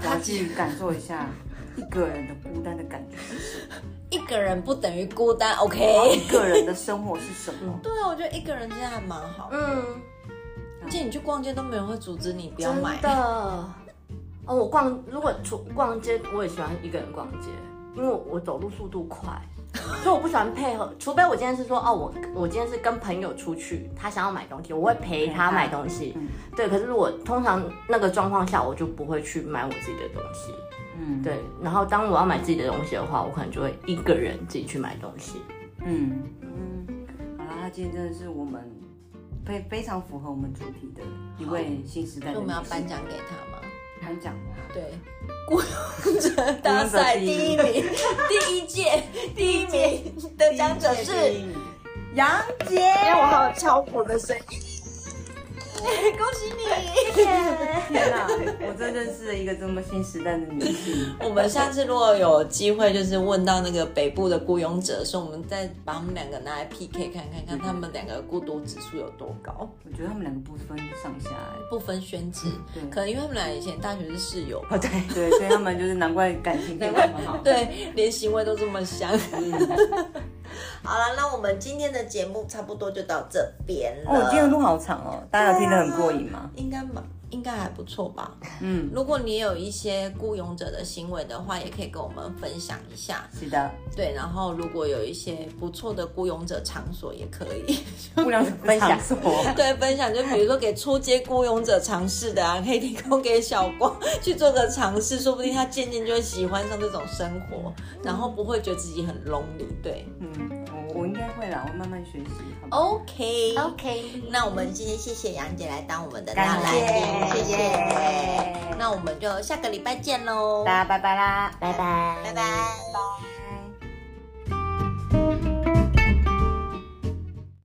我要去感受一下一个人的孤单的感觉是什么，一个人不等于孤单然后，OK？一个人的生活是什么。 对啊，我觉得一个人真的还蛮好，嗯，而且你去逛街都没有人会阻止你不要真买。的。哦，我逛如果出逛街，我也喜欢一个人逛街，因为我我走路速度 快，所以我不喜欢配合。除非我今天是说，哦，我我今天是跟朋友出去，他想要买东西，我会陪他买东西。嗯对，可是如果通常那个状况下，我就不会去买我自己的东西。嗯，，对，然后当我要买自己的东西的话，我可能就会一个人自己去买东西。嗯嗯，好啦，他今天真的是我们非非常符合我们主题的一位新时代所以的我女们要性。颁奖给他吗？颁奖吗？对， 孤勇者大赛第一名， 第一届第一名得奖者是。杨杰，哎我好超火的声音。恭喜你！天哪，我真认识了一个这么新时代的女性。我们下次如果有机会，就是问到那个北部的孤勇者的时候，我们再把他们两个拿来 PK 看看，看他们两个孤独指数有多高，我觉得他们两个不分上下哎。不分轩制。对可能因为他们俩以前大学是室友吧，哦，对，对，所以他们就是难怪感情变那么好。对，连行为都这么像。好了，那我们今天的节目差不多就到这边了。哦，今天的路好长哦，大家有听得很过瘾吗？应该吧，应该还不错吧。嗯，如果你有一些雇佣者的行为的话，也可以跟我们分享一下。是 的，对，然后如果有一些不错的雇佣者场所，也可以 不良分享 所。对分享，就比如说给初阶雇佣者尝试的啊，可以提供给小光去做个尝试，说不定他渐渐就会喜欢上这种生活，然后不会觉得自己很 lonely。对嗯，我我应该会啦，我会慢慢学习。好不好哦，OK OK，那我们今天谢谢杨姐来当我们的大感来谢宾，谢谢谢。那我们就下个礼拜见喽，大家拜拜啦。拜拜，拜拜。